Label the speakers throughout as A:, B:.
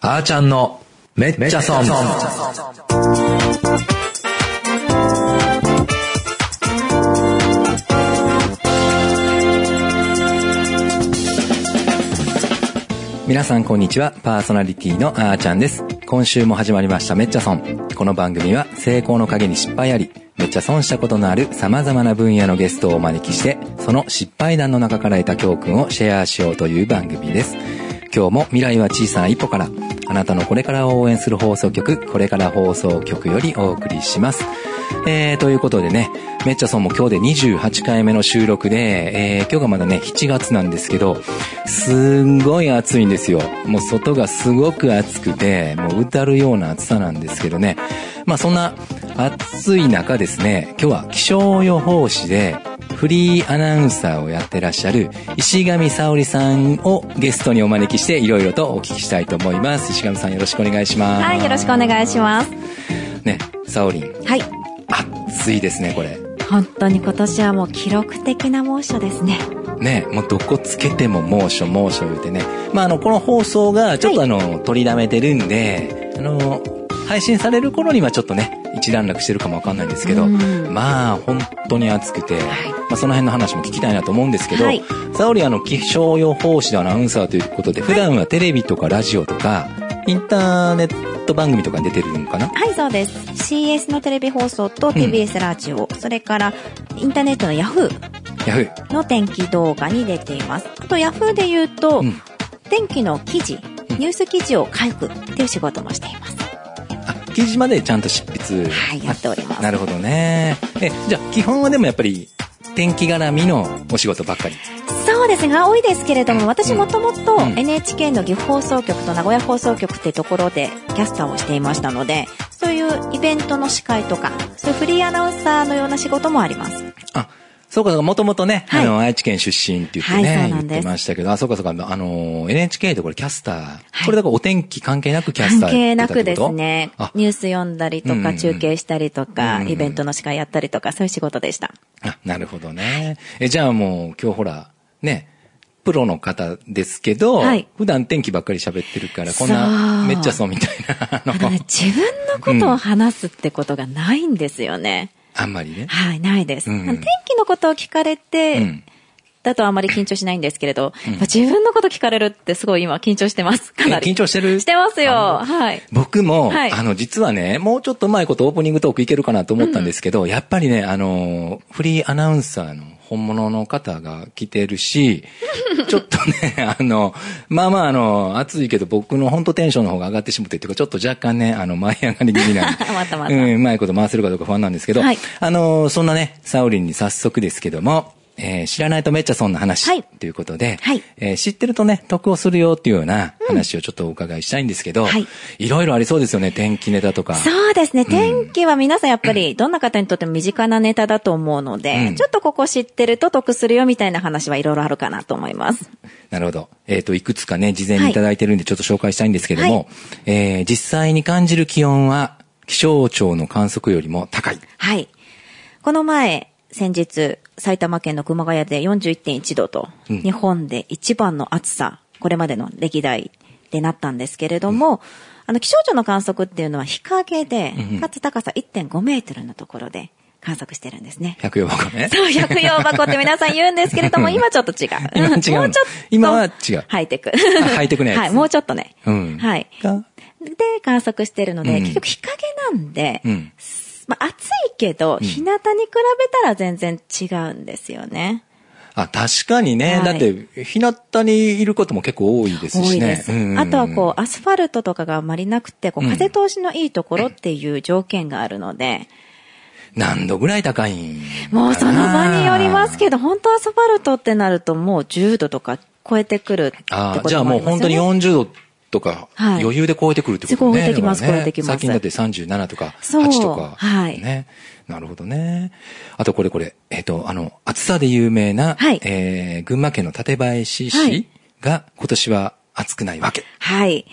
A: あーちゃんのめっちゃ損。
B: 皆さんこんにちは、パーソナリティのあーちゃんです。今週も始まりましためっちゃ損。この番組は成功の陰に失敗あり、めっちゃ損したことのある様々な分野のゲストをお招きして、その失敗談の中から得た教訓をシェアしようという番組です。今日も未来は小さな一歩から、あなたのこれからを応援する放送局、これから放送局よりお送りします。えー、ということでね、めっちゃそうも今日で28回目の収録で、えー、今日がまだね、7月なんですけど、すんごい暑いんですよ。もう外がすごく暑くて、もううたるような暑さなんですけどね。まあそんな暑い中ですね、今日は気象予報士で、フリーアナウンサーをやってらっしゃる石上沙織さんをゲストにお招きしていろいろとお聞きしたいと思います。石上さんよろしくお願いします。
C: はい、よろしくお願いします。
B: ね、沙織ん、
C: はい。
B: 暑いですね、これ。
C: 本当に今年はもう記録的な猛暑ですね。
B: ね、もうどこつけても猛暑猛暑言うてね。まあ、あの、この放送がちょっとあの、取りだめてるんで、あの、配信される頃にはちょっとね、一段落してるかもわかんないんですけど、
C: うん
B: まあ、本当に暑くて、まあ、その辺の話も聞きたいなと思うんですけど、
C: はい
B: 沙織あの、気象予報士でアナウンサーということで、普段はテレビとかラジオとか、インターネット番組とかに出てるのかな
C: はい、そうです。CS のテレビ放送と TBS ラジオ、それからインターネットの Yahoo
B: ヤフー。
C: の天気動画に出ています。あと Yahoo で言うと、
B: うん
C: 天気の記事、
B: うん
C: ニュース記事を書くっていう仕事もしています。
B: あ、記事までちゃんと執筆。
C: はい、やっております。
B: なるほどね。え、じゃあ基本はでもやっぱり天気絡みのお仕事ばっかり。
C: そうですが、多いですけれども、私もともと
B: うん
C: NHK の岐阜放送局と名古屋放送局っていうところでキャスターをしていましたので、そういうイベントの司会とか、そういうフリーアナウンサーのような仕事もあります。
B: あ、そうかそうか、もともとね、
C: はい
B: あの、愛知県出身って言ってね、
C: はいそうな
B: 言っ
C: んです
B: てましたけど、あ、そうかそうか、あの、NHK でこれキャスター。
C: い
B: これだからお天気関係なくキャスタ
C: 関
B: ーや
C: 係
B: っ
C: な
B: てたっ
C: く
B: て
C: で
B: こと
C: すね
B: あ、、
C: ニュース読んだりと
B: うんうん
C: か、中継したりと
B: う
C: か、
B: んうん
C: イベントの司会やったりとか、そういう仕事でした。
B: あ、なるほどね。え、じゃあもう今日ほら、ね、プロの方ですけど、
C: はい
B: 普段天気ばっかり喋ってるから、こん
C: そ
B: な、
C: う
B: めっちゃそうみたいな、あ
C: あの
B: の
C: ね、自分のことを話すってことがないんですよね。
B: あんまりね。
C: はい、ないです。
B: うん
C: 天気のことを聞かれて、
B: うん
C: だとあまり緊張しないんですけれど、やっぱ自分のこと聞かれるってすごい今緊張してます。か
B: え
C: なり。
B: 緊張してる
C: してますよ。
B: あの
C: はい。
B: 僕も、
C: はい
B: あの、実はね、もうちょっとうまいことオープニングトークいけるかなと思ったんですけど、やっぱりね、あの、フリーアナウンサーの本物の方が来てる し、ちょっとね、あの、まあまあ、あの、暑いけど僕の本当テンションの方が上がってしまってっていうか、ちょっと若干ね、あの、舞い上がり気味なんで
C: またまた
B: うん、うまいこと回せるかどうか不安なんですけど、
C: はい
B: あの、そんなね、サオリンに早速ですけども、えー知らないとめっちゃ損な話、
C: はい
B: ということで、
C: はい
B: えー知ってるとね、得をするよっていうような話をちょっとお伺いしたいんですけど、
C: はい
B: いろいろありそうですよね、天気ネタとか。
C: そうですね。天気は皆さんやっぱり、どんな方にとっても身近なネタだと思うので、
B: うん
C: ちょっとここ知ってると得するよみたいな話はいろいろあるかなと思います。
B: なるほど。えっ、と、いくつかね、事前にいただいてるんでちょっと紹介したいんですけども、
C: はい
B: えー実際に感じる気温は、気象庁の観測よりも高い。
C: はい。この前、先日、埼玉県の熊谷で41.1度と、
B: うん
C: 日本で一番の暑さ、これまでの歴代でなったんですけれども、あの、気象庁の観測っていうのは日陰で
B: うんうん、
C: かつ高さ1.5メートルのところで観測してるんですね。
B: 百葉箱ね。
C: そう、百葉箱って皆さん言うんですけれど も、今ちょっと違う。
B: 今違うの
C: もうちょっと。
B: 今は違う
C: ハイテク。
B: ハイテクなやつ
C: はい、もうちょっとね。
B: うん
C: はい。
B: が
C: で、観測してるの
B: う
C: で、
B: ん
C: 結局日陰なんで、
B: うん。
C: まあ、暑いけど、日向に比べたら全然違うんですよね。
B: あ、確かにね、
C: はい
B: だって、日向にいることも結構多いです
C: 多
B: し
C: いで
B: ね。
C: す。
B: うん
C: あとはこう、アスファルトとかがあまりなくて、こ
B: う
C: う、
B: ん
C: 風通しのいいところっていう条件があるので、
B: 何度ぐらい高いん
C: もうその場によりますけ
B: ど。
C: ど、本当アスファルトってなるともう10度とか超えてくるってこともあ
B: あ
C: り
B: ー
C: ます
B: じゃ
C: よ
B: あ
C: ね。
B: もう本当に40度とか、
C: はい
B: 余裕で超えてくるってことね。
C: 超えてきます
B: だからね
C: 超えてきます
B: 最近だって37とか、
C: そう
B: 8とか。
C: はい
B: ね。なるほどね。あとこれこれ、えっ、と、あの、暑さで有名な、
C: はい
B: えー、群馬県の館林
C: は
B: 市
C: い
B: が今年は暑くないわけ。
C: はい。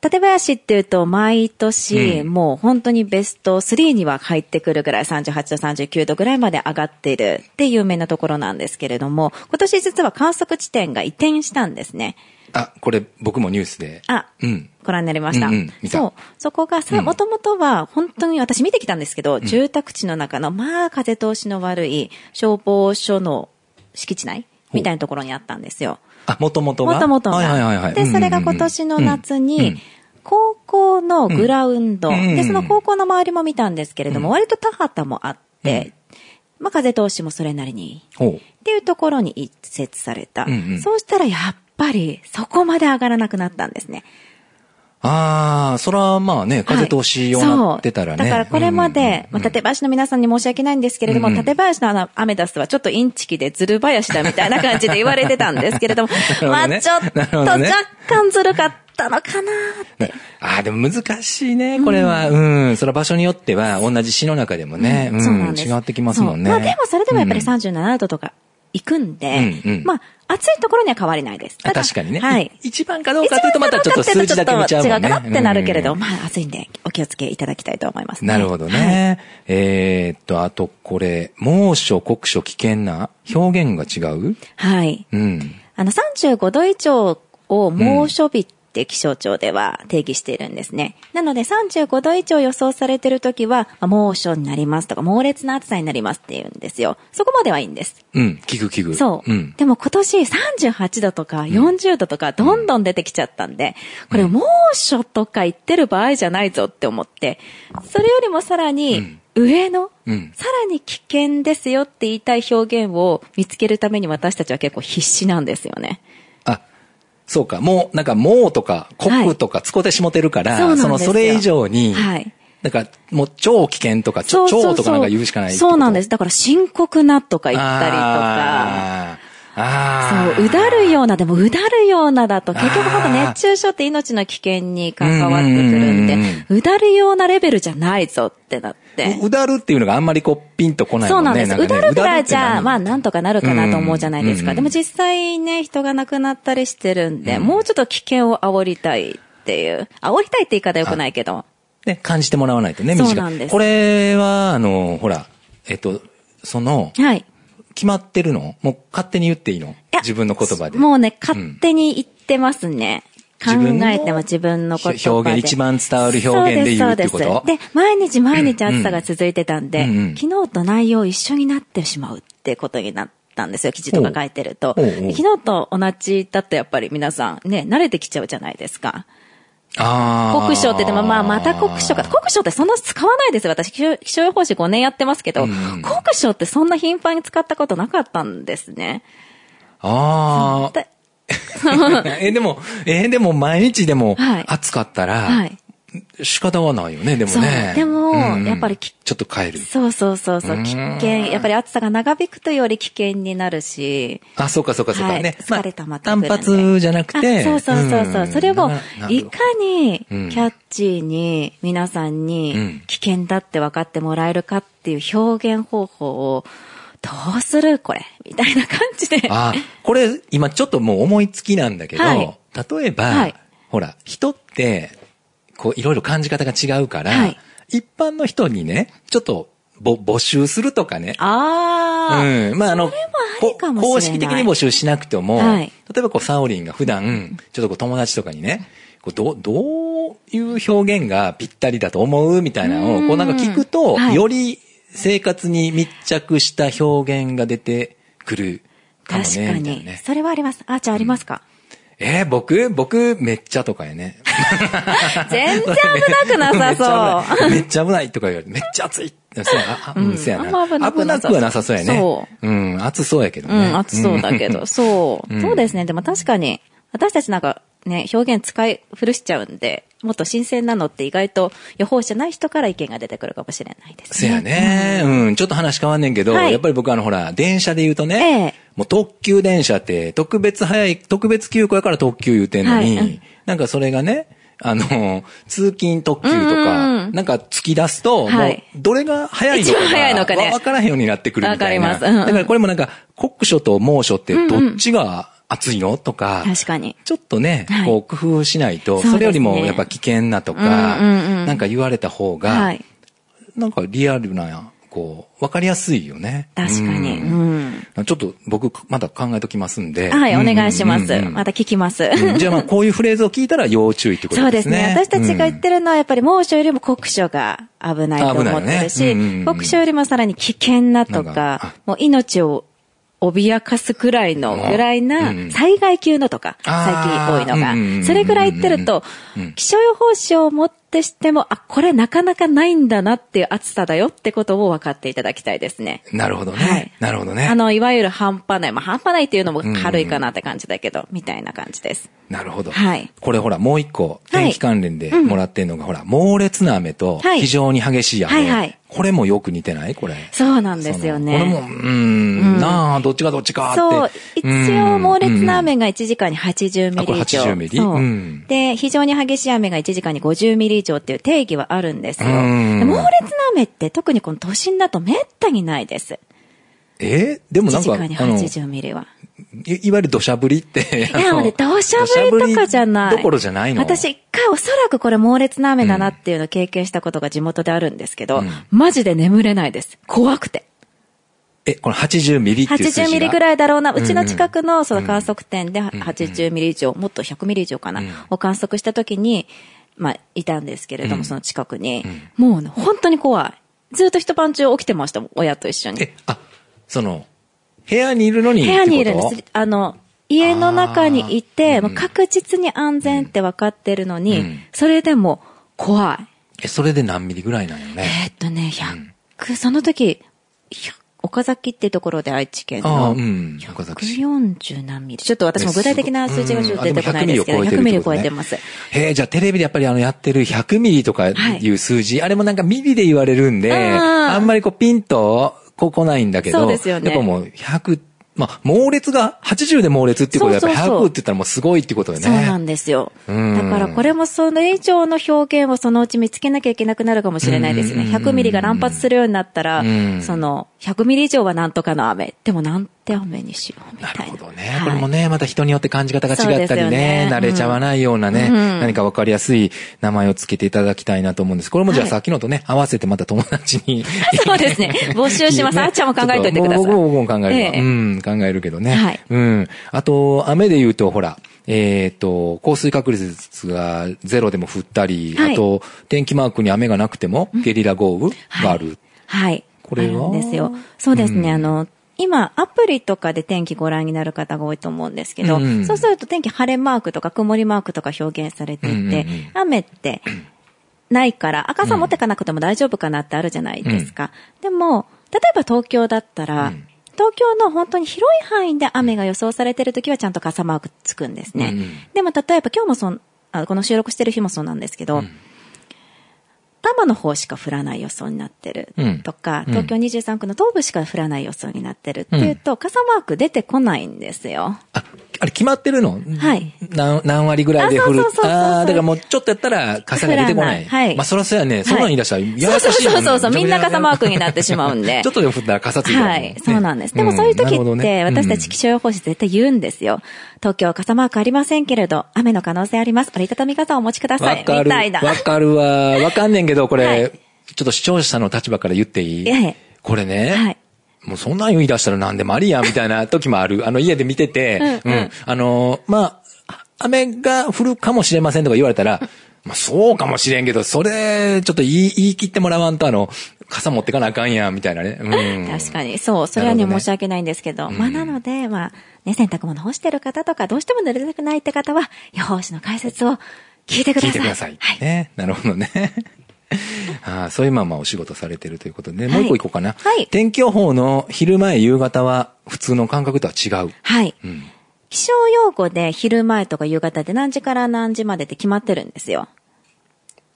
C: 館林っていうと、毎年、
B: うん
C: もう本当にベスト3には入ってくるぐらい、38度、39度ぐらいまで上がっているっていう有名なところなんですけれども、今年実は観測地点が移転したんですね。
B: あ、これ僕もニュースで。
C: あ、
B: うん。
C: ご覧になりました。
B: うんうん見た
C: そう。そこが
B: う
C: さ、
B: ん
C: もともとは本当に私見てきたんですけど、住宅地の中の、まあ風通しの悪い消防署の敷地内みたいなところにあったんですよ。
B: あ、もともとが。
C: もともと
B: はいはいはいはい。
C: で、それが今年の夏に、高校のグラウンド、
B: うん
C: で、その高校の周りも見たんですけれども、割と田畑もあって、まあ風通しもそれなりに、
B: うんうんうんほ
C: っていうところに一設された。
B: うんうん
C: そうしたらやっぱり、そこまで上がらなくなったんですね。
B: う。ああ、それはまあね、風通しをなってたらね。
C: そうだからこれまで、まあ、館林の皆さんに申し訳ないんですけれども、
B: うんうん
C: 館林のあのアメダスはちょっとインチキでずる林だみたいな感じで言われてたんですけれど も、
B: どね
C: まあちょっ
B: なる
C: と
B: ほど
C: 若
B: ね
C: 干ずるかったのかなって。
B: ああ、でも難しいね、これは。うん。それは場所によっては、同じ市の中でもね、うん
C: そうなんです。
B: 違ってきますもんね。
C: そうまあでもそれでもやっぱり
B: うん
C: 37度とか行くんで、
B: うんうん
C: まあ暑いところには変わりないです。
B: あ確かにね。
C: はい。
B: 一番かどうかというと、またちょっと数字だけ見ちゃうもんね。
C: 違うかなってなるけれど、
B: うん
C: まあ暑いんでお気をつけいただきたいと思います、
B: なるほど
C: はい
B: ね。えーっと、あとこれ、猛暑、酷暑、危険な表現が違う
C: はい。
B: うん。
C: あの、35度以上を猛暑日って気象庁では定義しているんですね。なので、35度以上予想されてるときは、まあ猛暑になりますとか、猛烈な暑さになりますって言うんですよ。そこまではいいんです。
B: うん。聞く聞く。
C: そう。
B: ん。
C: でも今年38度とか40度とかどんどん出てきちゃったんで、これ猛暑とか言ってる場合じゃないぞって思って、それよりもさらに上の、
B: うん
C: さらに危険ですよって言いたい表現を見つけるために私たちは結構必死なんですよね。
B: あ、そうか。もう、なんか、もうとか、コップとか、使うてしもてるから、
C: そうなんですよ
B: の、それ以上に、
C: はい。
B: なんか、もう、超危険とか、ちょ
C: そうそうそ
B: 超
C: う
B: とかなんか言うしかない。
C: そうなんですす。だから深刻なとか言ったりとか。
B: あーあー。
C: そう、うだるような、でもうだるようなだと、結局ほんと熱中症って命の危険に関わってくるん
B: う
C: で
B: んうんうん、
C: うだるようなレベルじゃないぞってなって
B: う。うだるっていうのがあんまりこう、ピンとこない
C: そ
B: も
C: うん
B: ね。
C: なんです。
B: か
C: う
B: ね
C: だるぐらいじ
B: うだるって
C: ゃ、
B: 何
C: まあなんとかなるかなと思うじゃないです
B: う
C: か。
B: ん
C: でも実際ね、人が亡くなったりしてるんで、もうちょっと危険を煽りたいっていう。煽りたいって言い方良くないけど。
B: ね、感じてもらわないとね、
C: そう
B: 身近
C: なんです
B: これは、あの、ほら、えっと、その、
C: はい。
B: 決まってるのもう勝手に言っていいの
C: や
B: 自分の言葉で。
C: もうね、勝手に言ってますね。考
B: 自分の
C: えても自分の言葉で。
B: 表現一番伝わる表現で言うってこと
C: そうです、そうです。で、毎日毎日暑さが続いてたんで、
B: うんうん
C: 昨日と内容一緒になってしまうってことになったんですよ、記事とか書いてると。
B: おうおうおう
C: 昨日と同じだとやっぱり皆さんね、慣れてきちゃうじゃないですか。
B: ああ。
C: 酷暑って言っても、まあ、また酷暑か。酷暑ってそんな使わないですよ。私、気象気象予報士5年やってますけど、
B: うん
C: 酷暑ってそんな頻繁に使ったことなかったんですね。
B: ああ。
C: で
B: え、でも、えでも毎日でも
C: はい
B: 暑かったら、
C: はい。
B: 仕方はないよね、でも
C: そ
B: ね
C: う。でも
B: うんうん
C: やっぱりき
B: ちょっと変える。
C: そうそうそうそうう、
B: ん
C: 危険。やっぱり暑さが長引くとより危険になるし。
B: あ、そうかそうかそうか。
C: はい
B: ね。
C: 疲れたまた
B: 単
C: 来るんで
B: 発じゃなくて。
C: あそうそうそうそう。
B: ん
C: それを
B: なな、
C: いかにキ
B: うん
C: ャッチーに、皆さん
B: う
C: に
B: ん
C: 危険だって分かってもらえるかっていう表現方法を、どうするこれ。みたいな感じで。
B: あ、これ、今ちょっともう思いつきなんだけど、
C: はい
B: 例えば、
C: はい
B: ほら、人って、こう、いろいろ感じ方が違うから、
C: はい
B: 一般の人にね、ちょっと、ぼ、募集するとかね。
C: あー。
B: うん。まあ、あの、
C: りか
B: こ
C: もしれない
B: 公式的に募集しなくても、
C: はい
B: 例えばこう、サオリンが普段、ちょっとこう、友達とかにね、こうどう、どういう表現がぴったりだと思うみたいなの
C: うん
B: を、こうなんか聞くと、
C: はい
B: より生活に密着した表現が出てくるかも
C: 確か
B: ね、みたいな
C: に。
B: ね。
C: それはあります。あーちゃんありますか、
B: えー僕僕、めっちゃとかや ね。
C: 全然危なくなさそ う。
B: う。めっちゃ危ないとか言われて、めっちゃ暑い。そうああうんそうや
C: あんま危な
B: な。
C: く
B: 危
C: な
B: なく
C: さそう
B: はなさそうや
C: そ
B: ね。うん、暑そうやけど
C: う
B: ね。
C: ん、暑そうだけど、そう、
B: ん
C: そうですね。でも確かに、私たちなんかね、表現使い古しちゃうんで、もっと新鮮なのって意外と予報士じゃない人から意見が出てくるかもしれないです
B: そ
C: ね。
B: やね。うん、ちょっと話変わんねんけど、
C: はい
B: やっぱり僕あのほら、電車で言うと
C: ええ
B: ね、もう特急電車って特別早い、特別急行やから特急言うてんのに、
C: はいうん
B: なんかそれがね、あの、通勤特急と
C: うんうんう
B: か、
C: ん
B: なんか突き出すと、
C: はい
B: もう、どれが早いのか
C: 一番早いのかね
B: わわからへんようになってくるみたいな。
C: わかりますうんうん
B: だからこれもなんか、酷暑と猛暑ってどっちが暑いのとか、
C: 確かに。
B: ちょっとね、
C: はい
B: こう工夫しないと、
C: そうですね
B: それよりもやっぱ危険なとか、
C: うんうんうん
B: なんか言われた方が、
C: はい。
B: なんかリアルな、ここう、わかりやすいよね。
C: 確かに。うん。
B: うんちょっと僕、まだ考えときますんで。
C: はい、お願いしま
B: うんうんう
C: す。
B: ん
C: また聞きます。
B: うんじゃあまあ、こういうフレーズを聞いたら要注意ってこと
C: そう
B: で
C: ですす
B: ね
C: ね。。私たちが
B: う
C: 言ってるのはやっぱり猛暑よりも酷暑が危ないと思ってるし、
B: 危ないよねうんうんうん
C: 酷暑よりもさらに危険なと
B: なん
C: か、
B: かあ
C: もう命を脅かすくらいの、ぐらい
B: うんうん
C: な、災害級のとか、最
B: あー
C: 近多いのが、
B: うんうんうんうん
C: それぐらい言ってると、気象予報士をもってしても、あ、これなかなかないんだなっていう暑さだよってことを分かっていただきたいですね。
B: んなるほどね。
C: はい
B: なるほどね。
C: あの、いわゆる半端ない。まあ、半端ないっていうのも軽いかなって感じだけど、みたいな感じです。
B: なるほど。
C: はい
B: これほら、もう一個、
C: はい
B: 天気関連でもらってるのが、ほら、猛烈な雨と
C: はい
B: 非常に激しい雨。
C: はいはい
B: これもよく似てないこれ。
C: そうなんですよね。
B: そのこれも、うーん、ん、なあ、どっちがどっちかって。
C: そう。一応、猛烈な
B: 雨。
C: 雨が1時間に80ミ
B: あこれ
C: リ以上。
B: 80ミリ
C: そう、
B: うん
C: で、非常に激しい雨が1時間に50ミリ以上っていう定義はあるんですよ。
B: う
C: で
B: ん
C: 猛烈な雨って特にこの都心だとめったにないです。
B: えでも
C: 1
B: なん
C: 時
B: か、あ
C: 間に
B: の、い
C: 80ミリは。
B: いわゆる土砂降りって。
C: いや、もうね、土砂降りとかじゃな
B: 土砂降
C: い。
B: りどころじゃないの
C: 私、一回おそらくこれ猛烈な雨だなっていうのを経験したことが地元であるんですけど、マジで眠れないです。怖くて。
B: え、この80ミリっていう数字が。
C: 80ミリぐらいだろうな。
B: ん
C: うちの近くのその観測点で80ミリ以上、もっと100ミリ以上かな、を観測した時に、まあ、いたんですけれども、その近くに。もうね、本当に怖い。ずっと一晩中起きてましたもん、親と一緒に。
B: え、あ、その、部屋にいるのに。
C: 部屋にいるんで
B: って
C: す
B: こ。
C: あの、家の中にいて、もう確実に安全って分かってるのに、
B: うん
C: それでも怖い。
B: と。え、それで何ミリぐらいなんよね。
C: えーっとね、100、その時、100岡崎ってところで愛知県
B: ああ、
C: の、
B: うん。岡崎市
C: 140何ミリ。ちょっと私も具体的な数字がちょっと出てこないですけど、
B: うんあ
C: 100ミリを超
B: っ
C: え
B: て
C: て
B: るっこ
C: ま
B: と
C: す
B: ね。へえ、じゃあテレビでやっぱりあのやってる100ミリとかいう数字、あれもなんかミリで言われるんで、
C: あー
B: あんまりこうピンとこう来ないんだけど、
C: そうですよね
B: やっぱもう100、まあ、猛烈が、80で猛烈っていうことはやっぱ
C: そうそうそう
B: 100って言ったらもうすごいってことよね。
C: そうなんですよ。だ
B: うん
C: からこれもそれ以上の表現をそのうち見つけなきゃいけなくなるかもしれないですね。
B: うん
C: 100ミリが乱発するようになったら
B: うん、
C: その、100ミリ以上はなんとかの雨。でもなんて雨にしようみ
B: な
C: た
B: る
C: いな。
B: ほどね。
C: はい
B: これもね、また人によって感じ方が違ったり
C: そう
B: ね、
C: ですよね
B: 慣れちゃわないようなね、
C: うん
B: 何か分かりやすい名前をつけていただきたいなと思うんです。これもじゃあ
C: はい
B: さっきのとね、合わせてまた友達 に。
C: そうですね。募集します。
B: ね
C: あっちゃんも考えといてくだ
B: ちょっ
C: さい。
B: と僕も僕も考えるわ、
C: ええ
B: うん、考えるけどね。
C: はい
B: うん。あと、雨で言うと、ほら、えっ、と、降水確率がゼロでも降ったり、
C: はい
B: あと、天気マークに雨がなくても、ゲリラ豪雨がある。
C: はい。
B: これは
C: あるんですよ。そうですね。あの、今、アプリとかで天気ご覧になる方が多いと思うんですけど、
B: うん
C: そうすると天気晴れマークとか曇りマークとか表現されていて、
B: うんうんうん
C: 雨ってないから、赤さ持ってかなくても大丈夫かなってあるじゃないですか。でも、例えば東京だったら、東京の本当に広い範囲で雨が予想されているときはちゃんと傘マークつくんですね。
B: うんうん
C: でも例えば今日もそんあ、この収録してる日もそうなんですけど、多摩の方しか降らない予想になってる
B: うん
C: とか、
B: うん
C: 東京23区の東部しか降らない予想になってるっていうと、傘マーク出てこないんですよ。
B: あ、あれ決まってるの
C: はい。
B: 何、何割ぐらいで降る
C: あそうそうそうそう
B: あーだからもうちょっとやったら傘が出てこない。
C: 降らないはい
B: まあそらそうやね。そんなん言い出したら、
C: はい
B: ややこしいもん
C: そうそうそうそうみんな傘マークになってしまうんで
B: ちょっとでも降ったら傘ついてるもん
C: は
B: ね
C: い。そうなんです。でもそういう時
B: んなるほど
C: っ
B: ね
C: て、私たち気象予報士絶対言うんですよ。東京は傘マークありませんけれど、雨の可能性あります。折りたたみ傘をお持ちくだ
B: わ
C: さい。み
B: かる。
C: たいな。
B: わかるわ。わかんねんけど、これ、
C: はい
B: ちょっと視聴者の立場から言っていい
C: ええ
B: これね、
C: はい
B: もうそんなん言い出したら何でもありやん、みたいな時もある。あの、家で見てて、
C: うんうん
B: あの、まあ、雨が降るかもしれませんとか言われたら、 まあ、そうかもしれんけど、それ、ちょっと言い、言い切ってもらわんと、あの、傘持ってかなあかんやん、みたいなね。うん。
C: 確かに。そう。それはね、
B: なるほどね
C: 申し訳ないんですけど。まあ、なので、まあ、ね、洗濯物干してる方とか、どうしても濡れたくないって方は、予報士の解説を聞いてくださ
B: 聞
C: い。
B: いてください。
C: はい。
B: ね。なるほどね。 ああそういうままお仕事されてるということで、もう一個
C: はい
B: いこうかな。
C: はい
B: 天気予報の昼前、夕方は普通の感覚とは違う。
C: はい。
B: うん。
C: 気象用語で昼前とか夕方で何時から何時までって決まってるんですよ。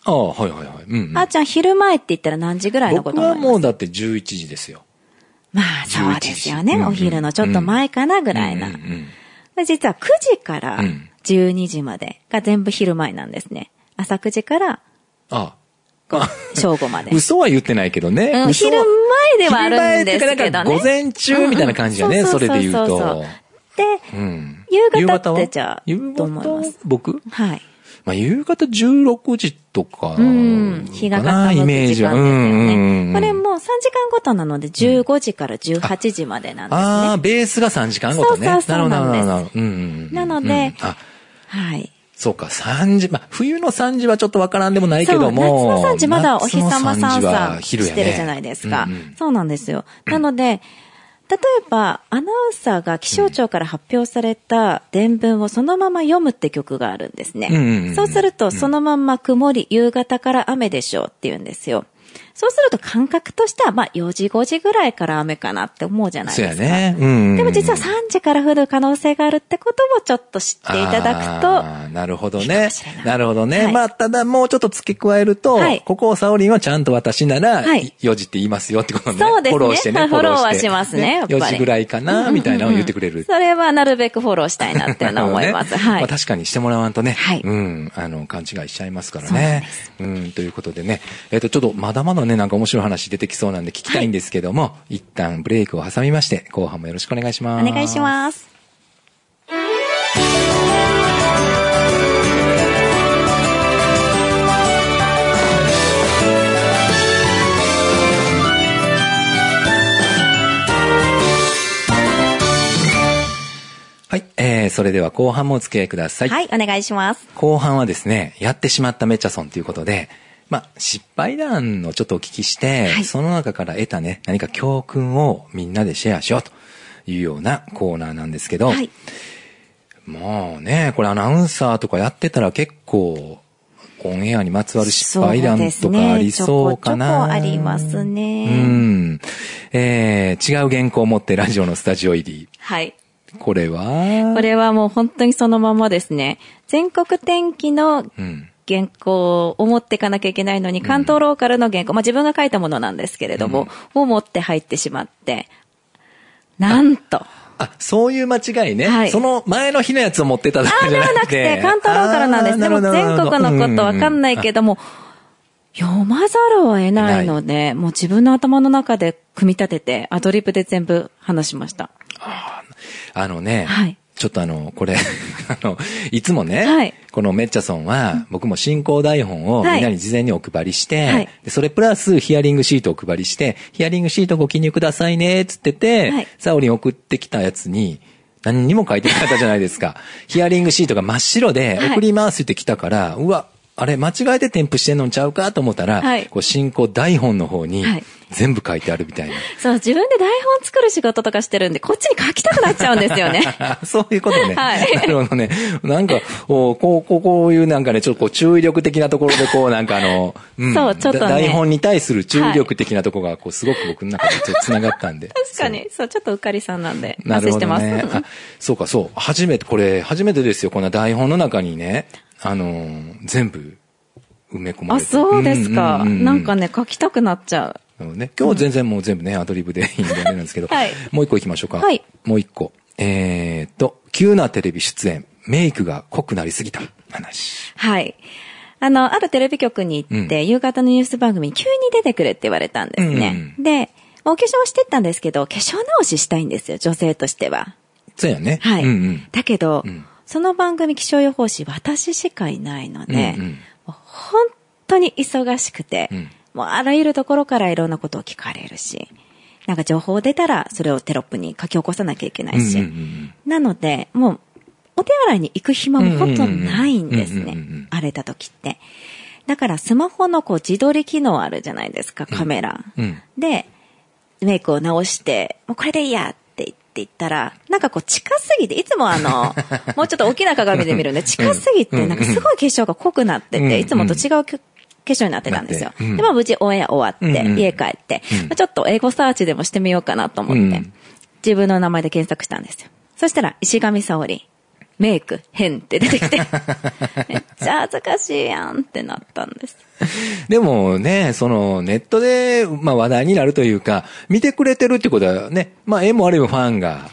B: ああ、はいはいはい。うん、うん
C: あーちゃん、昼前って言ったら何時ぐらいのこ
B: 僕
C: と思
B: はい
C: ます
B: もうだって11時ですよ。
C: まあ、そうですよ
B: 11
C: ね。
B: 時
C: お昼のちょっと前かなぐらいな
B: うんう。ん
C: で実は9時から
B: うん
C: 12時までが全部昼前なんですね。朝9時から
B: ああ。まあ、
C: 正午まで。
B: 嘘は言ってないけどね。
C: うん
B: 嘘は
C: 昼前ではあるんです
B: 昼
C: けどね
B: 前ってかなんか午前中みたいな感じだね、
C: うんうん
B: それで言う
C: そうそうそう
B: と
C: そう。で、
B: うん
C: 夕方ってじゃあ
B: 夕方は
C: どう思います
B: 僕
C: はい。
B: まあ、夕方16時とか、
C: うん、日が傾
B: イメー
C: く
B: ジ
C: 時
B: は。
C: 間ですよね。これ
B: うん
C: もう3時間ごとなので15時から18時までなんです
B: ああ、
C: ね。
B: ベースが3時間ごとね。
C: そうそうそう
B: なるほど、なるほど、な
C: な
B: る
C: ん
B: ほど。
C: で
B: うんうんうん
C: なので
B: うんあ、
C: はい。
B: そうか、3時、まあ、冬の3時はちょっとわからんでもないけども。
C: そう、夏の3時まだお日様
B: 夏の3
C: 三
B: 時は
C: さ
B: 昼や
C: し
B: ね
C: てるじゃないですか。
B: うんうん
C: そうなんですよ。なので、例えば、アナウンサーが気象庁から発表された伝聞をそのまま読むって曲があるんですね。
B: うんうんうん
C: そうすると、そのまんま曇り、夕方から雨でしょうって言うんですよ。そうすると感覚としては、まあ4時5時ぐらいから雨かなって思うじゃない
B: そう
C: で
B: や
C: すか。
B: ね。うんうんうん。
C: でも実は3時から降る可能性があるってこともちょっと知っていただくと、
B: あーなるほど
C: いいか
B: ね
C: もしれな。い
B: なるほどね。
C: はい
B: まあ、ただもうちょっと付け加えると、
C: はい
B: ここをサオリンはちゃんと私なら、
C: はい
B: 4時って言いますよってことね。
C: そうですね
B: フォローしてね。
C: はい
B: て
C: フォローはしますねやっぱり
B: 4時ぐらいかな、みたいなのを言ってくれる。
C: それはなるべくフォローしたいなっていうのは思います。
B: なるほどね
C: はい。
B: あ確かにしてもらわんとね。
C: はい
B: うん。あの、勘違いしちゃいますから
C: そうなん
B: ね
C: で。
B: うん。ということでね。えっ、と、ちょっとまだまだね、なんか面白い話出てきそうなんで聞きたいんですけども、一旦ブレイクを挟みまして、後半もよろしくお願いし
C: お
B: ます。
C: 願いします。
B: はい。えー、それでは後半もお付き合いください。
C: はい、お願いします。
B: 後半はですね、やってしまったメチャソンということで、まあ、失敗談をちょっとお聞きして、
C: はい
B: その中から得たね、何か教訓をみんなでシェアしようというようなコーナーなんですけど、
C: はい。
B: もうね、これアナウンサーとかやってたら結構、オンエアにまつわる失敗談とかありそうかな。
C: そうですねちょこちょこありますね
B: うん。えー、違う原稿を持ってラジオのスタジオ入り。
C: はい。
B: これは
C: これはもう本当にそのままですね。全国天気の
B: うん。
C: 原稿を持っていかなきゃいけないのに、関東ローカルの原稿、まあ自分が書いたものなんですけれども、を持って入ってしまって、なんと。
B: あ、そういう間違いね。
C: はい
B: その前の日のやつを持ってただけじ
C: で
B: ゃ
C: はな
B: な
C: く
B: くて。
C: て、関東ローカルなんです。
B: あー
C: でも全国のことわかんないけ
B: ど。
C: ども、読まざるを得ないので、もう自分の頭の中で組み立てて、アドリブで全部話しました。
B: あのね、
C: はい
B: ちょっとあの、これ、 あの、いつもね、
C: はい
B: このメッチャソンは、僕も進行台本を
C: はい
B: みんなに事前にお配りして、
C: はい
B: でそれプラスヒアリングシートをお配りして、ヒアリングシートご記入くださいね、つってて、
C: はい
B: サオリン送ってきたやつに、何にも書いてなかったじゃないです か。ヒアリングシートが真っ白で、
C: はい
B: 送りますって来たから、うわ、あれ、間違えて添付してんのんちゃうかと思ったら、
C: はい
B: こう進行台本の方に
C: はい、
B: 全部書いてあるみたいな。
C: そう、自分で台本作る仕事とかしてるんで、こっちに書きたくなっちゃうんですよ ね。
B: そういうことね。
C: はい
B: なるほどね。なんか、おこう、こう、こういうなんかね、ちょっとこう注意力的なところで、こう、なんかあの、ん
C: そうちょっとね
B: だ台本に対する注意力的なところが、こう、すごく僕の中でちょっと繋がったんで。
C: 確かに、そう、ちょっとうっかりさんなんで、
B: なる
C: 話
B: ほ
C: して
B: ど
C: ます。
B: ね。あそうか、そう。初めて、これ、初めてですよ。こんな台本の中にね、あのー全部埋め込ま
C: あ、
B: れて
C: そうですか。
B: うううう
C: なんかね、書きたくなっちゃ
B: なのでね、今日は全然もう全部ね、アドリブでいいんであれなんですけど、
C: はい
B: もう一個行きましょうか。
C: はい
B: もう一個。えーっと、急なテレビ出演、メイクが濃くなりすぎた話。
C: う。はい。あの、あるテレビ局に行って、夕方のニュース番組に急に出てくれって言われたんですね。で、お化粧してったんですけど、化粧直ししたいんですよ、女性としては。
B: そうやね。
C: はい。
B: うんうん。
C: だけど、
B: ん
C: その番組気象予報士、私しかいないので、
B: うんうん
C: もう本当に忙しくて、
B: ん
C: もうあらゆるところからいろんなことを聞かれるし、なんか情報出たらそれをテロップに書き起こさなきゃいけな
B: う
C: いし、
B: んうんうん
C: なので、もう、お手洗いに行く暇もほとんどないんです
B: うんうんうんうんうんうんうん
C: ね。荒れた時って。だからスマホのこう自撮り機能あるじゃないですか、カメラ。
B: うん
C: で、メイクを直して、もうこれでいいやって言って言ったら、なんかこう近すぎて、いつも あの、もうちょっと大きな鏡で見るんで、近すぎて、なんかすごい化粧が濃くなって
B: うん
C: て、いつもと違うき化粧になってたんですよ
B: なっ。てうん
C: で、まあ無事オンエア終わっ
B: うんうん
C: て、家帰って、まあちょっと英語サーチでもしてみようかなと思
B: う
C: って
B: ん、
C: 自分の名前で検索したんですよ。そしたら、石上沙織、メイク変って出 てきて、めっちゃ恥ずかしいやんってなったんです。
B: でもね、その、ネットで、まあ話題になるというか、見てくれてるってことはね、まあ絵もあるよファンが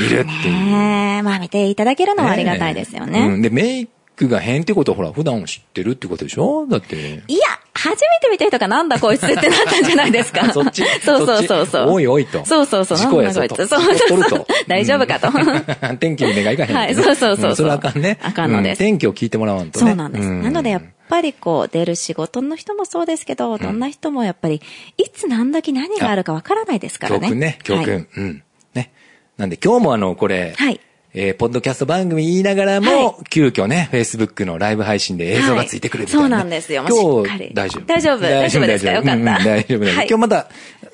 B: いるっていう。
C: ねえ、まあ見ていただけるのはありがたいですよね。
B: うんで、メイクが変ってことは、ほら、普段知ってるってことでしょだって。
C: いや、初めて見た人がなんだこいつってなったんじゃないですか。
B: そっち
C: そうそうそ
B: そ
C: うそ
B: っ
C: う。
B: ちおいおいと
C: そうそうそう。
B: 事故やぞ
C: なんだこいつ
B: と
C: そうそうそう
B: 取ると
C: 大丈夫かと。
B: 天気に目がいかへんねんな。
C: はいそうそうそうそうん
B: それはあかんね。
C: あかんのです
B: う天気を聞いてもらわんとね。
C: そうなんです。なので、やっぱりこう、出る仕事の人もそうですけど、どんな人もやっぱり、いつ何時何があるかわからないですから
B: 教
C: ね。
B: 訓ね、教訓。
C: はい
B: うん。ね。なんで今日もあの、これ、
C: はい
B: えーポッドキャスト番組言いながらも、
C: はい
B: 急遽ね、Facebook のライブ配信で映像がついてくるみたいな、ね
C: はいそうなんですよも
B: 今
C: うしっか
B: 日
C: り、
B: 大丈夫。
C: 大丈夫大丈夫ですか
B: 大丈夫
C: よかった
B: うん大丈夫、大丈夫
C: はい
B: 今日また、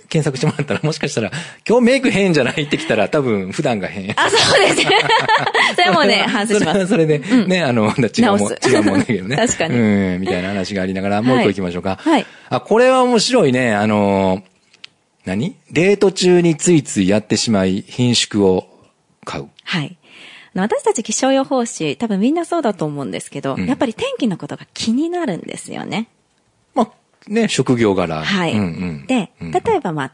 B: 検索してもらったら、もしかしたら、今日メイク変じゃないってきたら、多分、普段が変。
C: あ、そうです。 それもね、反省し ま
B: それは
C: す。
B: それで、ね、あの、違うも
C: 直
B: ん、
C: す
B: 違うもんだけどね。
C: 確かに
B: うん、みたいな話がありながら、もう一個行きましょうか。
C: はいはい
B: あ、これは面白いね。あの、何デート中についついやってしまい、品種を買う。
C: はい。あの私たち気象予報士、多分みんなそうだと思うんですけど、
B: ん
C: やっぱり天気のことが気になるんですよね。
B: まあ、ね、職業柄。
C: はい。
B: うんうん。
C: で、
B: うん
C: 例えばまあ、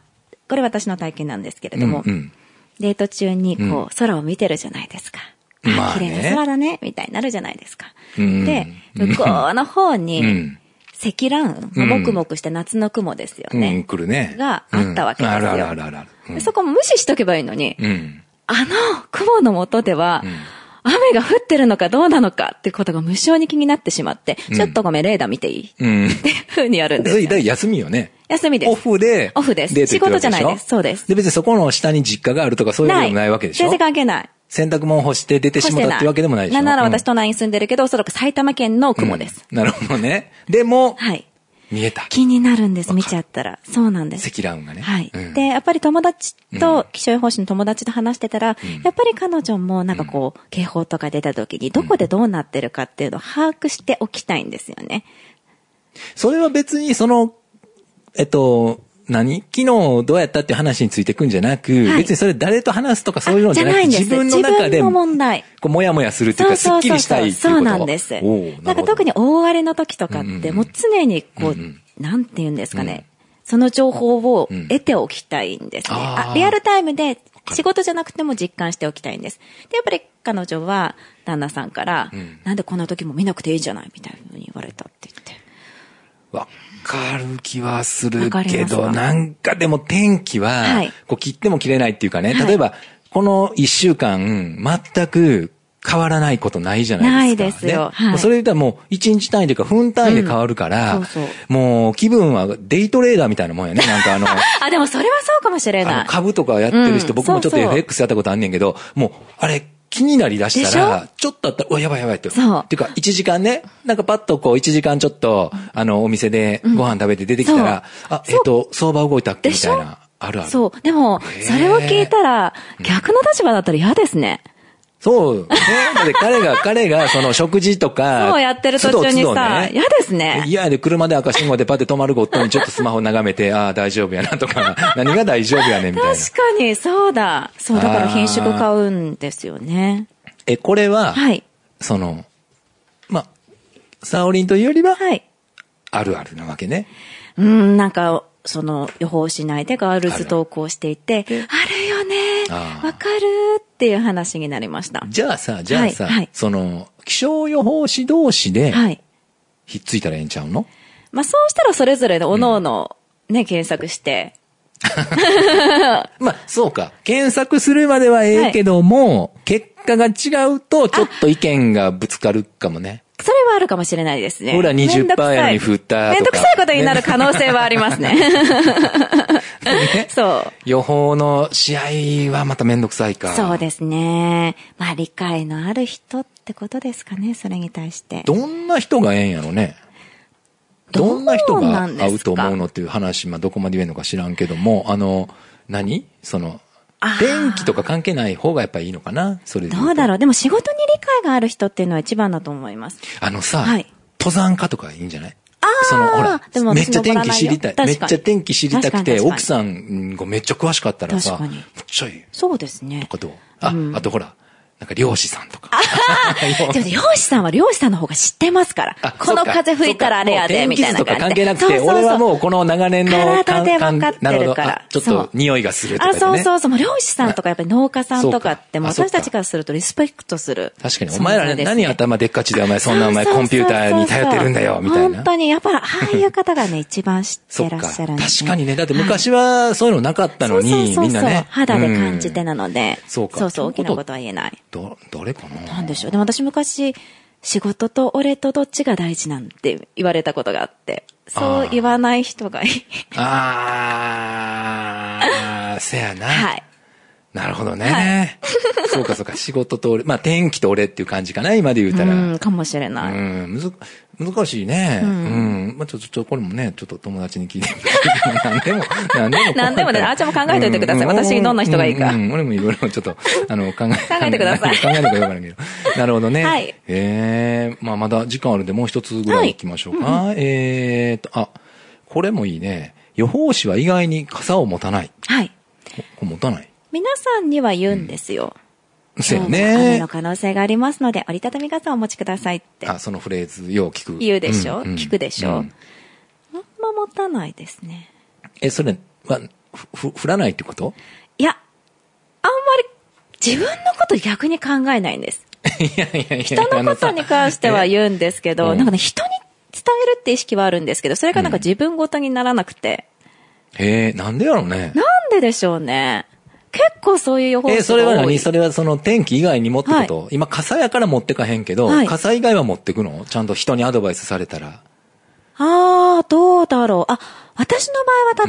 C: これ私の体験なんですけれども、
B: うんうん
C: デート中にこう、空を見てるじゃないですか。あ
B: まあ
C: 綺
B: ね
C: 麗な空だね、みたいになるじゃないですか。
B: うん
C: で、向こうの方に、
B: うん
C: 積乱雲、
B: うん
C: まあもくもくした夏の雲ですよ
B: うん、
C: ね。
B: 来るね。
C: があったわけですよ
B: うんあるあるあるある。うん
C: でそこも無視しとけばいいのに、
B: うん。
C: あの雲の下では、雨が降ってるのかどうなのかってことが無性に気になってしまって、ちょっとごめん、レーダー見ていいっ
B: うん。
C: ていう風にやるんで
B: そ
C: す
B: れ
C: よ。
B: で休みよね。
C: 休みです。
B: オフで、
C: オフです
B: デート行ってるわけしょ
C: 仕事じゃないですそうです
B: で、別にそこの下に実家があるとかそういうこともないわけでしょ
C: 全然関係ない。
B: 洗濯物干して出てしまったってわけでもないでしょ
C: んなら私
B: と
C: 都内に住んでるけど、おそらく埼玉県の雲です。。
B: うんなるほどね。でも、
C: はい。
B: 見えた。
C: 気になるんで
B: わ
C: す、
B: か
C: 見
B: る
C: ちゃったら。そうなんです。
B: 積乱雲がね。
C: はい、
B: うん
C: で、やっぱり友達と、気象予報士の友達と話してたら、やっぱり彼女もなんかこう、警報とか出た時に、どこでどうなってるかっていうのを把握しておきたいんですよね。
B: それは別にその、えっと、何昨日どうやったっていう話についてくんじゃなく、
C: はい
B: 別にそれ誰と話すとかそういうのじゃなくて、
C: んです。
B: 自分の中
C: 自
B: で、
C: 分の問題。
B: こう、もやもやするっていう
C: そ
B: か、
C: う
B: す
C: そ
B: っ
C: う
B: き
C: そう
B: りした
C: そ。
B: いっていううこと
C: そうなんです。
B: おー
C: な
B: なんる
C: か
B: ほど
C: 特に大荒れの時とかって、もう常にこう、なんて言うんですかね。その情報を得ておきたいんですね。
B: あー
C: あリアルタイムで仕事じゃなくても実感しておきたいんです。で、やっぱり彼女は旦那さんから、なんでこんな時も見なくていいじゃないみたいなふうに言われたって言って。
B: わかる気はす
C: わ
B: る
C: かり
B: け
C: ます
B: ど、
C: か
B: なんかでも天気は、
C: はい
B: こう切っても切れないっていうかね、
C: はい
B: 例えば、この一週間、全く変わらないことないじゃないですか。
C: ないですよ
B: ね
C: はい
B: もうそれ言ったらもう、一日単位というか、分単位で変わるから、
C: うんそうそう
B: もう気分はデイトレーダーみたいなもんやね。なん かあの、
C: あ、でもそれはそうかもしれ
B: あ
C: な
B: の
C: い。
B: 株とかやってる人、
C: うん
B: 僕もちょっと
C: そうそう
B: FX やったことあんねんけど、もう、あれ、気になりだしたら
C: で、
B: ちょっとあったら、うわ、やばいやばいって。
C: そう
B: っていうか、1時間ね、なんかパッとこう、1時間ちょっと、あの、お店でご飯食べて出てきたら、あ、えっ、と、相場動いたっけ
C: で
B: み
C: したょ
B: いな。あるある。そう。
C: そう。でも、それを聞いたら、逆の立場だったら嫌ですね。
B: ね。で、彼 が、彼が、その、食事とか、
C: そうやってる途中に
B: 都度都度
C: さ、
B: ね
C: 嫌ですね。
B: いや、で、車で赤信号でパッて止まるごとにちょっとスマホ眺めて、ああ、大丈夫やなとか、何が大丈夫やねんみたいな。
C: 確かに、そうだ。そう、だから品種買うんですよね。
B: え、これは、
C: はい。
B: その、まあ、サオリンというよりは、
C: はい。
B: あるあるなわけね。
C: うん、なんか、その、予報しないでガールズ投稿していて、あるよね
B: あ、ー
C: わかるっていう話になりました。
B: じゃあさ、じゃあさ、
C: はいはい
B: その、気象予報士同士で、
C: はい。
B: ひっついたらええんちゃうの、
C: まあ、そうしたらそれぞれの各々、ね、検索して、
B: まあ、そうか。検索するまではええけども、結果が違うと、ちょっと意見がぶつかるかもね。
C: それはあるかもしれないですね。
B: ほら20%
C: めんどくさい
B: やのに振ったとか
C: めんどくさいことになる可能性はありますね。 そう。
B: 予報の試合はまためんどくさいか。
C: そうですね。まあ、理解のある人ってことですかね、それに対して。
B: どんな人がええんやろね。どんな人が合うと思うのっていう話、まあ、どこまで言えるのか知らんけども、あの、何その
C: あ、ー
B: 天気とか関係ない方がやっぱいいのかなそれで言
C: どうだろ
B: う
C: うでも仕事に理解がある人っていうのは一番だと思います。
B: と。あのさ、
C: はい
B: 登山家とかいいんじゃないその、ほら
C: でも、
B: めっちゃ
C: 私
B: 天
C: 登
B: 気
C: らない
B: 知
C: よ
B: りたい。めっ
C: 確
B: ち
C: かに
B: ゃ天気知りたく
C: 確かに
B: て、
C: 確かに
B: 奥さんがめっちゃ詳しかったらさ、
C: 確かに
B: めっちゃいい。
C: そうですね
B: と。かどうあ、あとほら、なんか漁師さんとか。
C: でもね漁師さんは漁師さんの方が知ってますから
B: あ。
C: この風吹いたらあれやで、みたいな
B: そっかもう
C: 感じ
B: 天気図と
C: で。
B: か関係なくて、
C: そうそうそう
B: 俺はもうこの長年の
C: 体で分かってるから
B: なほどあちょっ
C: そ
B: と
C: う
B: 匂いがするとか
C: あ、
B: 言ってね。
C: そうそうそう。もう漁師さんとかやっぱり農家さんとかって、もう
B: そうか
C: 私たちからするとリスペクトする。
B: 確かに、お前らね、何
C: や
B: 頭でっかちでお前そんなお前コンピューターに頼ってるんだよ、みたいな
C: 本。当に、やっぱりああいう方がね、一番知っ
B: そ
C: て
B: っ
C: ら
B: か。
C: っしゃ
B: 確
C: るんです、
B: かにね、だって昔はそういうのなかったの
C: そうそうそう
B: に、
C: そう
B: みんなね。
C: 肌で感じてなので。
B: うんそうか
C: そうそう、大
B: とい
C: き
B: うこと
C: なことは言えない。
B: うん。ど、どれかな
C: なんでしょう。でも私昔、仕事と俺とどっちが大事なんて言われたことがあって、
B: あ
C: そ
B: ー
C: う言わない人がいい。
B: あー、せやな。
C: はい。
B: なるほどね。 そうかそうか、仕事と俺、まあ天気と俺っていう感じかな、今で言うたら。
C: うん、かもしれない。
B: うん、むず、難しいね。うん。まあ、ちょ、ちょ、ちょ、これもね、ちょっと友達に聞いてみたい。何でも、何でも。
C: 何でもねあーちゃんも考えといてください
B: うん
C: 私にどんな人がいいか
B: うんうん俺もいろいろちょっと、あの、考え、考
C: えてください
B: 考えてくださいけど。なるほどね。
C: はい
B: ええまあ、まだ時間あるんで、もう一つぐらい行きましょうか。えーと、あ、これもいいね。予報士は意外に傘を持たない。
C: はい。
B: ここ持たない。
C: 皆さんには言うんですよ。
B: そうや
C: 今日も雨
B: ね
C: の。可能性がありますので、折りたたみ傘をお持ちくださいって
B: あ、そのフレーズ、よう聞く。
C: 言うでしょ、
B: んん
C: 聞くでしょ、
B: うん
C: あんま持たないですね。
B: え、それは、ふ、ふ降らないってこと
C: いや、あんまり自分のこと逆に考えないんです。
B: いやいやいや
C: 人のことに関しては言うんですけ
B: あの
C: ど、
B: さ
C: なんかね、人に伝えるって意識はあるんですけど、それがなんか自分ごとにならなくて。
B: えー、なんでやろうね。
C: なんででしょうね。結構そういう予報
B: えー、それは
C: 士が多い
B: 何それはその天気以外にもってこと、今、傘やから持ってかへんけど、
C: はい
B: 傘以外は持ってくのちゃんと人にアドバイスされたら。
C: ああ、どうだろう。あ、私の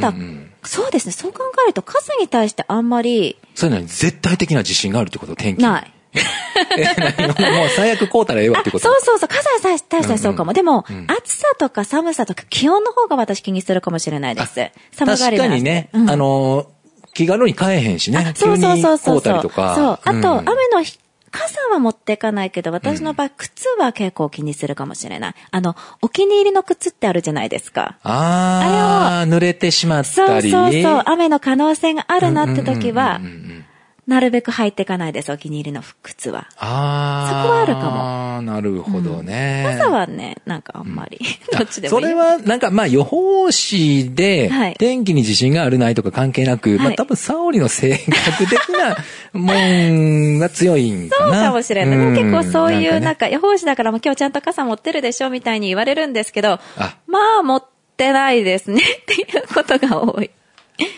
C: 場合
B: う
C: はただ、
B: んうん
C: そうですね、そう考えると傘に対してあんまり
B: それなに絶対的な自信があるってこと天気。
C: ない。
B: え何 もう最悪こうたらええわって
C: あ
B: こと
C: そうそうそう、傘に対してはそうかも。でも、
B: うん
C: 暑さとか寒さとか気温の方が私気にするかもしれないです。寒が
B: 確
C: りな
B: か
C: んで
B: にね、
C: うん
B: あのー気軽に買えへんしね。
C: そうそうそう
B: 急に
C: そ
B: こ
C: う。
B: うたりとか。
C: そう。あと、
B: ん
C: 雨の日、傘は持っていかないけど、私の場合、靴は結構気にするかもしれない。あの、お気に入りの靴ってあるじゃないですか。
B: あー、濡れてしまっ
C: そ
B: た
C: う
B: り。
C: そうそう。雨の可能性があるなって時は
B: うんう、んうんうんうん
C: なるべく履いていかないです、お気に入りの靴は。
B: あー。
C: そこはあるかも
B: も。なるほどね。
C: 傘はね、なんかあんまり、 どっちでもいい。
B: それは、なんか、まあ、予報士で
C: はい、
B: 天気に自信があるないとか関係なく、
C: い
B: まあ、多分、沙織の性格的なもんが強いんか
C: そう
B: な。
C: かもしれない。
B: うん
C: でも結構そういう、
B: な
C: なん
B: か
C: んか、予報士だからもう今日ちゃんと傘持ってるでしょみたいに言われるんですけど
B: あ、
C: まあ持ってないですねっていうことが多い。
B: ね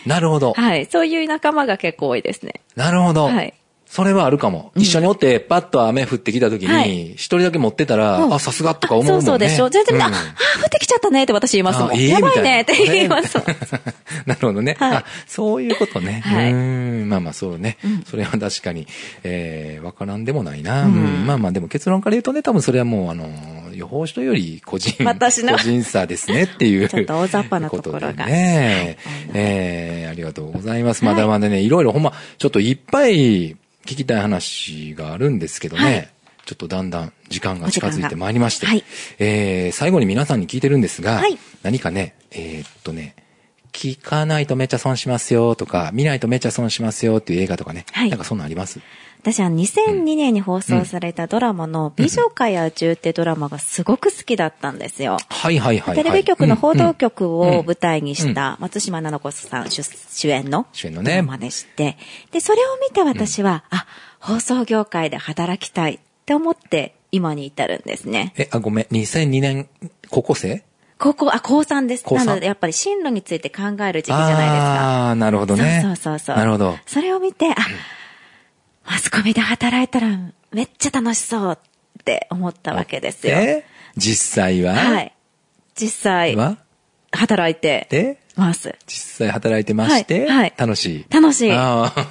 B: なるほど。
C: はい。そういう仲間が結構多いですね。
B: なるほど
C: はい。
B: それはあるかも。一緒におって、パッと雨降ってきた時
C: はい
B: に、一人だけ持ってたら、
C: うん
B: あ、さすがとか思うも
C: そ
B: ん
C: う
B: ね。
C: そうでしょ。全然、あ、
B: う
C: あ
B: ん、
C: 降ってきちゃったねって私言いますも
B: あ
C: ん。
B: ええ
C: やばいね
B: み
C: っ
B: た
C: て
B: いな
C: 言いますもん。
B: なるほどね。
C: はい
B: あそういうことね。
C: はいう
B: ーんまあまあそうね。それは確かに、えー、わからんでもないな、うんまあまあでも結論から言うとね、多分それはもう、あの、予報士というより個人、
C: 私の
B: 個人差ですねっていう。
C: ちょっと大雑把なところが
B: とでね。えー、ありがとうございます。まだまだね、いろいろほんま、ちょっといっぱい聞きたい話があるんですけどね。
C: はい
B: ちょっとだんだん時間が近づいてまいりまして、
C: お時間が
B: えー、最後に皆さんに聞いてるんですが、
C: はい
B: 何かね、えーっとね、聞かないとめっちゃ損しますよとか、見ないとめっちゃ損しますよっていう映画とかね、
C: はい
B: なんかそんなんあります
C: 私は2002年に放送されたドラマの美女か野獣ってドラマがすごく好きだったんですよ。
B: はいはいはい、はい。
C: テレビ局の報
B: うんう
C: 道
B: ん
C: 局を舞台にした松島菜々子さん主主演の
B: 主演の
C: ド
B: ね
C: ラマでして、で、それを見て私は、あ、放送業界で働きたいって思って今に至るんですね。
B: え、あ、ごめん、2002年、高校生
C: 高校、あ、高三です。
B: 高
C: な
B: 三
C: のでやっぱり進路について考える時期じゃないですか。
B: ああー、なるほどね。
C: そうそうそうそう。
B: なるほど。
C: それを見て、あ、マスコミで働いたらめっちゃ楽しそうって思ったわけですよ。
B: え実際は
C: はい。実際、
B: は
C: 働いて
B: で、
C: ます。
B: 実際働いてまして、
C: はいはい
B: 楽しい。
C: 楽しい
B: あー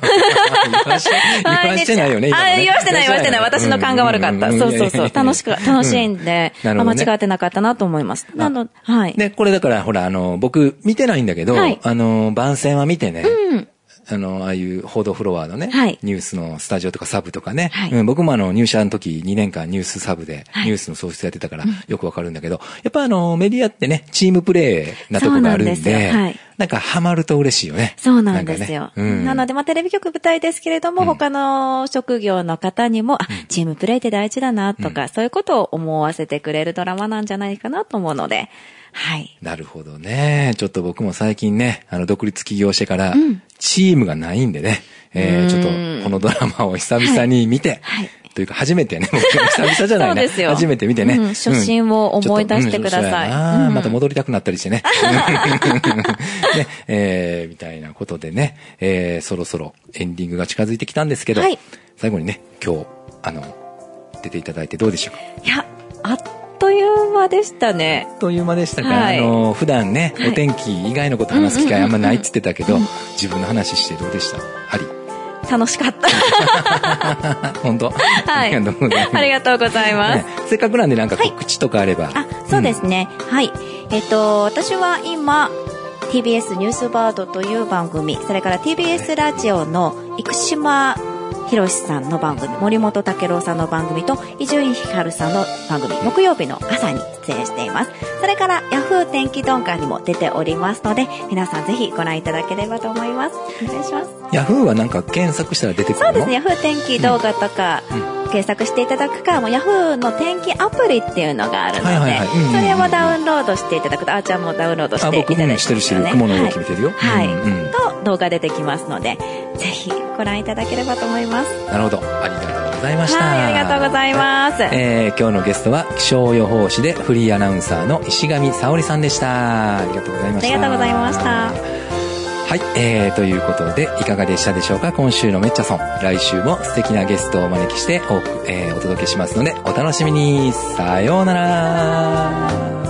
B: 言わし言わしてないよね。今
C: あ
B: のね
C: 言わしてない、言わしてない。私の勘が悪かった。
B: んんん
C: そうそうそう。楽しく、楽しい
B: うん
C: んで、
B: なるほど
C: あ間
B: ね
C: 違ってなかったなと思います。なの、はい。
B: で、これだから、ほら、あの、僕、見てないんだけど、
C: はい
B: あの、番宣は見てね、あの、ああいう報道フロアのね、
C: はい
B: ニュースのスタジオとかサブとかね、
C: はい
B: うん、僕もあの、入社の時2年間ニュースサブで
C: はい
B: ニュースの創出やってたからよくわかるんだけど、やっぱあの、メディアってね、チームプレイなとこがあるんで、
C: そうなんですよはい
B: なんかハマると嬉しいよね。
C: そうなんですよ
B: な。んかねうん、
C: なので、まあ、テレビ局舞台ですけれども、
B: うん
C: 他の職業の方にも、あ、チームプレイって大事だな、とか、そういうことを思わせてくれるドラマなんじゃないかなと思うので、はい。
B: なるほどね。ちょっと僕も最近ね、あの、独立起業してから
C: うん、
B: チームがないんでね、えー、
C: うん
B: ちょっと、このドラマを久々に見て、
C: はい
B: というか、初めてね、僕も久々じゃないね。
C: そうですよ
B: 初めて見てね。
C: うん初心を思い出してください
B: ちょっとうんそうやな
C: うん
B: また戻りたくなったりしてね。 ね、えー、みたいなことでね、えー、そろそろエンディングが近づいてきたんですけど
C: はい、
B: 最後にね、今日、あの、出ていただいてどうでしょうか
C: いや、あっという間でしたね。
B: あっという間でしたから、
C: はい
B: あの普段ね
C: はい
B: お天気以外のこと話す機会あんまないっつってたけど、自分の話してどうでしたあり
C: 楽しか った。
B: あ本当、
C: は
B: あ
C: い。
B: りがとうございます
C: ありがとうございます。
B: ねせっかくなんでなんか告知とかあれば、
C: あ、そうですね。はい。えっと、私は今、TBS ニュースバードという番組、それから TBS ラジオの生島博さんの番組、森本武郎さんの番組と伊集院光さんの番組、木曜日の朝に出演しています。それからヤフー天気鈍感にも出ておりますので、皆さんぜひご覧いただければと思います。お願いします。
B: ヤフーはなんか検索したら出てくるの
C: そうですね、ヤフー天気動画とか、
B: うん
C: 検索していただくか、もうヤフーの天気アプリっていうのがあるので、
B: はいはいはいうんうんうん
C: それをダウンロードしていただくと、あーちゃんもダウンロードして
B: あ
C: いただい
B: 僕もしてるしてる雲の動き見てるよ、
C: はい、
B: うんうん
C: はいと動画出てきますので、ぜひご覧いただければと思います。
B: なるほどありがとうございました
C: はい、ありがとうございます。
B: えー今日のゲストは気象予報士でフリーアナウンサーの石上沙織さんでしたありがとうございました
C: ありがとうございました
B: はい、えー、ということでいかがでしたでしょうか今週のめっちゃソン来週も素敵なゲストをお招きしてお,、えーお届けしますのでお楽しみにさようなら